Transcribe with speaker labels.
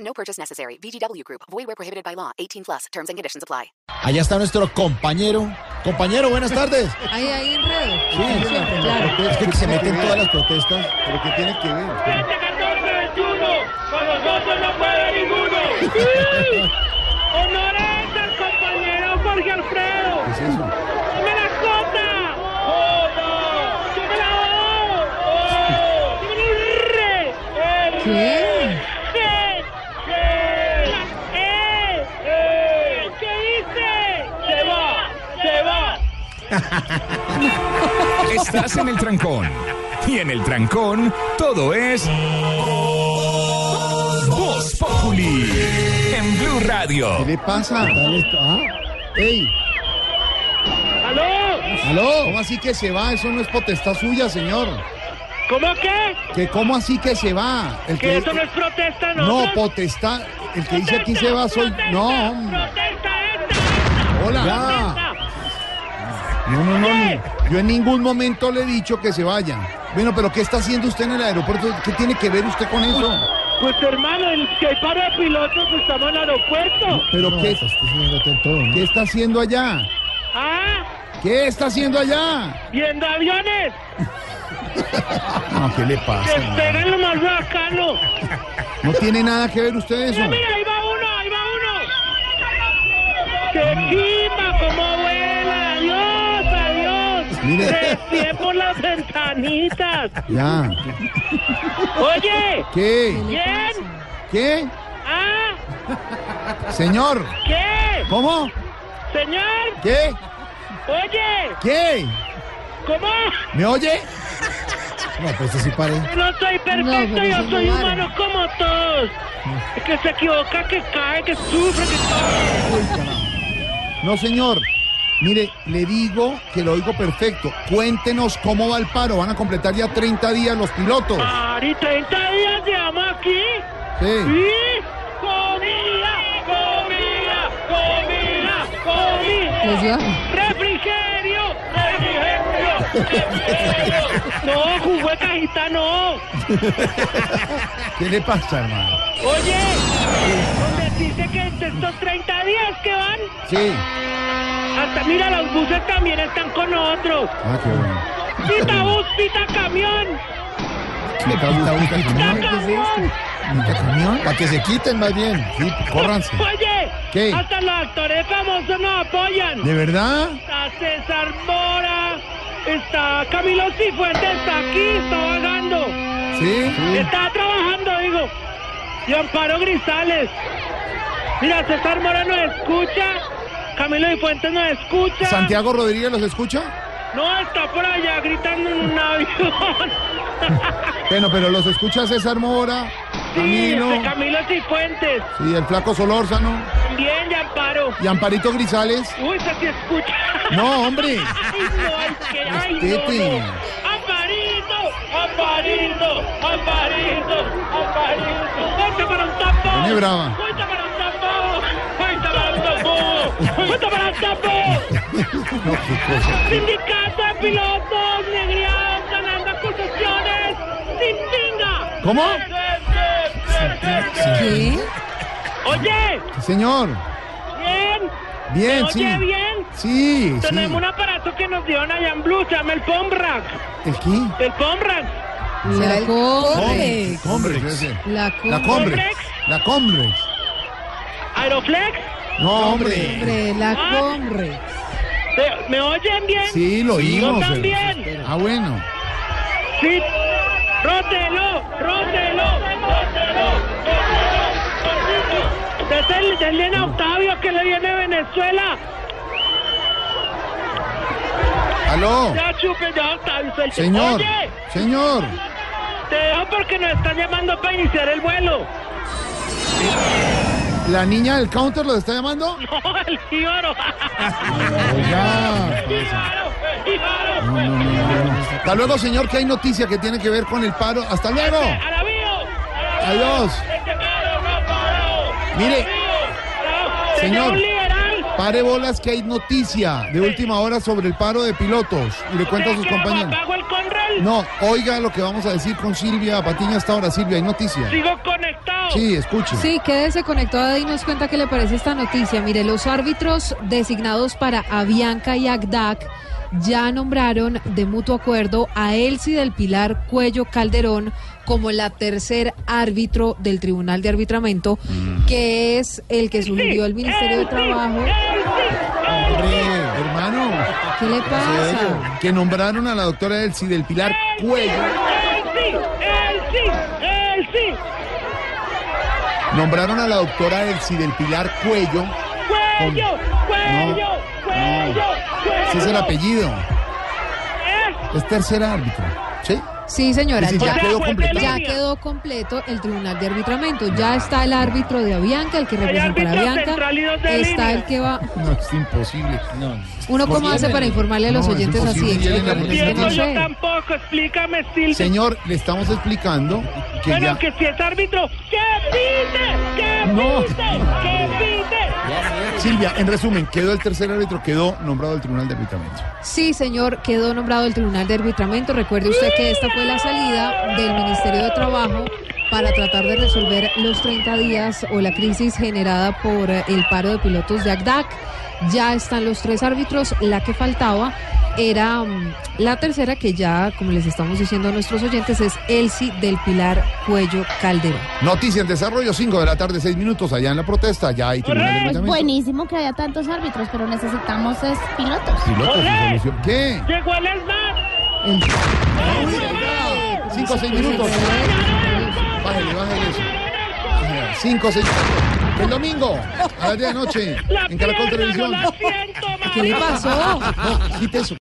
Speaker 1: No purchase necessary. VGW Group. Void where prohibited by law. 18 plus. Terms and conditions apply.
Speaker 2: Allá está nuestro compañero. Compañero, buenas tardes.
Speaker 3: Ahí, ahí, enredo.
Speaker 2: Sí,
Speaker 3: Como siempre, claro.
Speaker 2: Es que se meten todas las protestas.
Speaker 4: ¿Pero qué tiene que ver?
Speaker 5: 1421, con nosotros no puede ninguno. ¡Sí! ¡Honores al compañero Jorge Alfredo!
Speaker 4: ¿Qué es eso?
Speaker 5: ¡Dime la cota! ¡Jota! ¡Dime la O! ¡O! ¡Dime el R! ¡El
Speaker 3: ¿Qué?
Speaker 5: ¿Qué? ¿Qué? ¡Eh! ¡Eh! ¿Qué dice? ¡Se va! ¡Se va!
Speaker 6: Estás en el trancón. Y en el trancón, todo es. Voz Populi. En Blue Radio.
Speaker 4: ¿Qué le pasa?
Speaker 2: Dale esto, ¿ah? ¡Ey!
Speaker 5: ¡Aló!
Speaker 2: ¡Aló!
Speaker 4: ¿Cómo así que se va? Eso no es potestad suya, señor.
Speaker 5: ¿Cómo que?
Speaker 4: ¿Que ¿Cómo así que se va? El
Speaker 5: ¿Que eso no es protesta, no?
Speaker 4: No, potestad. El que dice aquí se va soy. No, hombre.
Speaker 5: ¡Protesta esta!
Speaker 4: Hola.
Speaker 5: ¡Protesta!
Speaker 4: No, no, no, no. Yo en ningún momento le he dicho que se vaya. Bueno, pero ¿qué está haciendo usted en el aeropuerto? ¿Qué tiene que ver usted con eso?
Speaker 5: Pues hermano, el que hay paro de pilotos pues, estamos en el aeropuerto.
Speaker 4: ¿Pero
Speaker 2: No, pues,
Speaker 4: qué,
Speaker 2: estás haciéndote en todo, ¿no?
Speaker 4: qué está haciendo allá?
Speaker 5: Ah,
Speaker 4: ¿Qué está haciendo allá?
Speaker 5: viendo aviones.
Speaker 4: No, ¿qué le pasa?
Speaker 5: Esperen lo más bacano.
Speaker 4: No tiene nada que ver usted eso.
Speaker 5: Mira, mira, ahí va uno, ahí va uno. ¡Qué chimba! ¡Cómo vuela! ¡Adiós, adiós!
Speaker 4: Mire.
Speaker 5: Respire por las ventanitas.
Speaker 4: Ya.
Speaker 5: Oye,
Speaker 4: ¿Qué?
Speaker 5: ¿quién?
Speaker 4: ¿Qué?
Speaker 5: ¿Ah?
Speaker 4: Señor.
Speaker 5: ¿Qué?
Speaker 4: ¿Cómo?
Speaker 5: Señor,
Speaker 4: ¿Qué?
Speaker 5: oye,
Speaker 4: ¿Qué?
Speaker 5: ¿cómo?
Speaker 4: ¿Me oye?
Speaker 2: No, pues sí parece.
Speaker 5: Yo no soy perfecto,
Speaker 3: No, pero eso
Speaker 5: yo
Speaker 3: es
Speaker 5: soy
Speaker 3: muy
Speaker 5: humano como todos. El que se equivoca, que cae, que sufre, que
Speaker 4: No, señor. Mire, le digo que lo oigo perfecto. Cuéntenos cómo va el paro. Van a completar ya 30 días los pilotos.
Speaker 5: Ari, 30 días llevamos aquí.
Speaker 4: Sí.
Speaker 5: Y comida, comida, comida,
Speaker 3: Los
Speaker 5: comida.
Speaker 3: dio.
Speaker 5: Refrigerio, refrigerio, refrigerio. No, jugueta gitana, no.
Speaker 4: ¿Qué le pasa, hermano?
Speaker 5: Oye, donde dice que entre estos 30 días que van,
Speaker 4: Sí.
Speaker 5: hasta mira, los buses también están con nosotros.
Speaker 4: Ah, qué bueno.
Speaker 5: Pita bus, pita camión,
Speaker 4: Me gusta un
Speaker 5: pita
Speaker 4: camión.
Speaker 5: camión.
Speaker 2: Para que se quiten más bien.
Speaker 4: Sí, córranse.
Speaker 5: Oye,
Speaker 4: ¿Qué?
Speaker 5: hasta los actores famosos nos apoyan.
Speaker 4: ¿De verdad?
Speaker 5: Está César Mora, está Camilo Cifuentes, está aquí, está vagando,
Speaker 4: Sí.
Speaker 5: está trabajando, digo. Y Amparo Grisales. Mira, César Mora nos escucha, Camilo Cifuentes nos escucha.
Speaker 4: ¿Santiago Rodríguez los escucha?
Speaker 5: No, está por allá gritando en un avión.
Speaker 4: Bueno, pero los escucha César Mora,
Speaker 5: sí,
Speaker 4: Camilo,
Speaker 5: este Camilo Cifuentes.
Speaker 4: sí, el flaco Solórzano
Speaker 5: Bien, y Amparo.
Speaker 4: y Amparito Grisales.
Speaker 5: Uy, se te escucha.
Speaker 4: No, hombre.
Speaker 5: Ay, no, ay, que, ay,
Speaker 4: Respete.
Speaker 5: no, no. Amparito, amparito, amparito, amparito. Ponte para un tapón.
Speaker 4: Pone brava.
Speaker 5: Ponte para un tapón. Ponte para un tapón. Ponte para un tapón.
Speaker 4: No, qué cosa.
Speaker 5: Sindicato de pilotos, negriados, ganando concesiones. Sin tinga.
Speaker 4: ¿Cómo?
Speaker 3: ¿Qué?
Speaker 5: Oye,
Speaker 4: Señor,
Speaker 5: bien.
Speaker 4: bien,
Speaker 5: ¿Me
Speaker 4: sí.
Speaker 5: oye bien?
Speaker 4: Sí, sí.
Speaker 5: Tenemos un aparato que nos dieron allá en Blue, se llama el Pombrac.
Speaker 4: ¿El qué?
Speaker 5: El Pombrac.
Speaker 3: La Comex.
Speaker 4: Combre, yo sé.
Speaker 3: La Comex.
Speaker 4: La Combre. La Combre.
Speaker 5: Aeroflex.
Speaker 4: No, hombre.
Speaker 3: Hombre, la
Speaker 5: Ah.
Speaker 3: Combre.
Speaker 5: ¿Me- ¿Me oyen bien?
Speaker 4: Sí, lo
Speaker 5: Yo
Speaker 4: oímos. pero-
Speaker 5: también.
Speaker 4: Ah, bueno.
Speaker 5: Sí. Rótelo, rótelo, rótelo, rótelo. Es el del Elena Octavio que le viene a Venezuela.
Speaker 4: Aló,
Speaker 5: Ya chupe, ya Octavio. suelte.
Speaker 4: señor,
Speaker 5: Oye,
Speaker 4: señor.
Speaker 5: te dejo porque nos están llamando para iniciar el vuelo.
Speaker 4: ¿La niña del counter los está llamando?
Speaker 5: No, el Jíbaro.
Speaker 4: Oiga.
Speaker 5: Jíbaro, Jíbaro.
Speaker 4: Hasta luego, señor, que hay noticia que tiene que ver con el paro. Hasta luego.
Speaker 5: Alabío.
Speaker 4: Adiós.
Speaker 5: Este paro no paró.
Speaker 4: Mire,
Speaker 5: Alabío.
Speaker 4: Señor.
Speaker 5: Señor. un liberal.
Speaker 4: pare bolas que hay noticia de última hora sobre el paro de pilotos. Y le cuento a sus
Speaker 5: ¿Cree que
Speaker 4: compañeros.
Speaker 5: apago el control?
Speaker 4: No, oiga lo que vamos a decir con Silvia Patiño hasta ahora. Silvia, hay noticia.
Speaker 5: Sigo conectado.
Speaker 4: Sí, escuche.
Speaker 3: Sí, quédese conectada y nos cuenta qué le parece esta noticia. Mire, los árbitros designados para Avianca y Agdac ya nombraron de mutuo acuerdo a Elsie del Pilar Cuello Calderón como la tercer árbitro del Tribunal de Arbitramento, que es el que sugirió el Ministerio de Trabajo.
Speaker 4: Hombre, hermano,
Speaker 3: ¿Qué le pasa?
Speaker 4: que nombraron a la doctora Elsie del Pilar Cuello.
Speaker 5: Él sí, él sí, él sí.
Speaker 4: Nombraron a la doctora Elsie del Pilar Cuello.
Speaker 5: Cuello, cuello,
Speaker 4: No,
Speaker 5: cuello, cuello.
Speaker 4: Ese es el apellido.
Speaker 5: ¿Eh?
Speaker 4: Es tercer árbitro. ¿Sí?
Speaker 3: Sí, señora,
Speaker 4: Es decir, ya
Speaker 3: ya-
Speaker 4: quedó completado.
Speaker 3: Ya quedó completo el tribunal de arbitramento. Ya está el árbitro de Avianca, el que representa a
Speaker 5: árbitro
Speaker 3: Avianca.
Speaker 5: central y dos de
Speaker 3: Está
Speaker 5: línea.
Speaker 3: el que va.
Speaker 4: No, es imposible.
Speaker 3: ¿Uno cómo hace para informarle a los
Speaker 4: No, es
Speaker 3: oyentes así?
Speaker 4: imposible, Elena,
Speaker 3: Explícame,
Speaker 4: porque
Speaker 3: es que
Speaker 5: Entiendo
Speaker 3: no
Speaker 5: yo
Speaker 3: sé.
Speaker 5: tampoco, explícame, Silvia.
Speaker 4: Señor, le estamos explicando que
Speaker 5: bueno,
Speaker 4: ya.
Speaker 5: que si es árbitro, ¡que pite! ¡Que
Speaker 4: No.
Speaker 5: pite! ¡Que pite!
Speaker 4: Silvia, en resumen, quedó el tercer árbitro, quedó nombrado el Tribunal de Arbitramiento.
Speaker 3: Sí, señor, quedó nombrado el Tribunal de Arbitramento. Recuerde usted que esta fue la salida del Ministerio de Trabajo para tratar de resolver los 30 días o la crisis generada por eh, el paro de pilotos de ACDAC. Ya están los tres árbitros. La que faltaba era mm, la tercera, que ya, como les estamos diciendo a nuestros oyentes, es Elsie del Pilar Cuello Calderón.
Speaker 4: Noticia en desarrollo, 5 de la tarde, 6 minutos, allá en la protesta, ya hay Tribunal de
Speaker 5: Correcto.
Speaker 7: Pues
Speaker 4: Arbitramiento.
Speaker 7: buenísimo que haya tantos árbitros, pero necesitamos es pilotos.
Speaker 4: Pilotos, su
Speaker 5: ¡Olé!
Speaker 4: solución. ¿Qué?
Speaker 5: Llegó el ESMAD.
Speaker 3: El-
Speaker 4: 5 o 6 minutos. Bájale, bájale eso. 5 o 6 minutos. El domingo, a las 10 de la noche,
Speaker 5: La
Speaker 4: en Caracol
Speaker 5: pierna, no
Speaker 4: Televisión.
Speaker 5: la siento,
Speaker 3: ¿Qué le
Speaker 5: mamá.
Speaker 3: pasó?
Speaker 4: No, quite eso.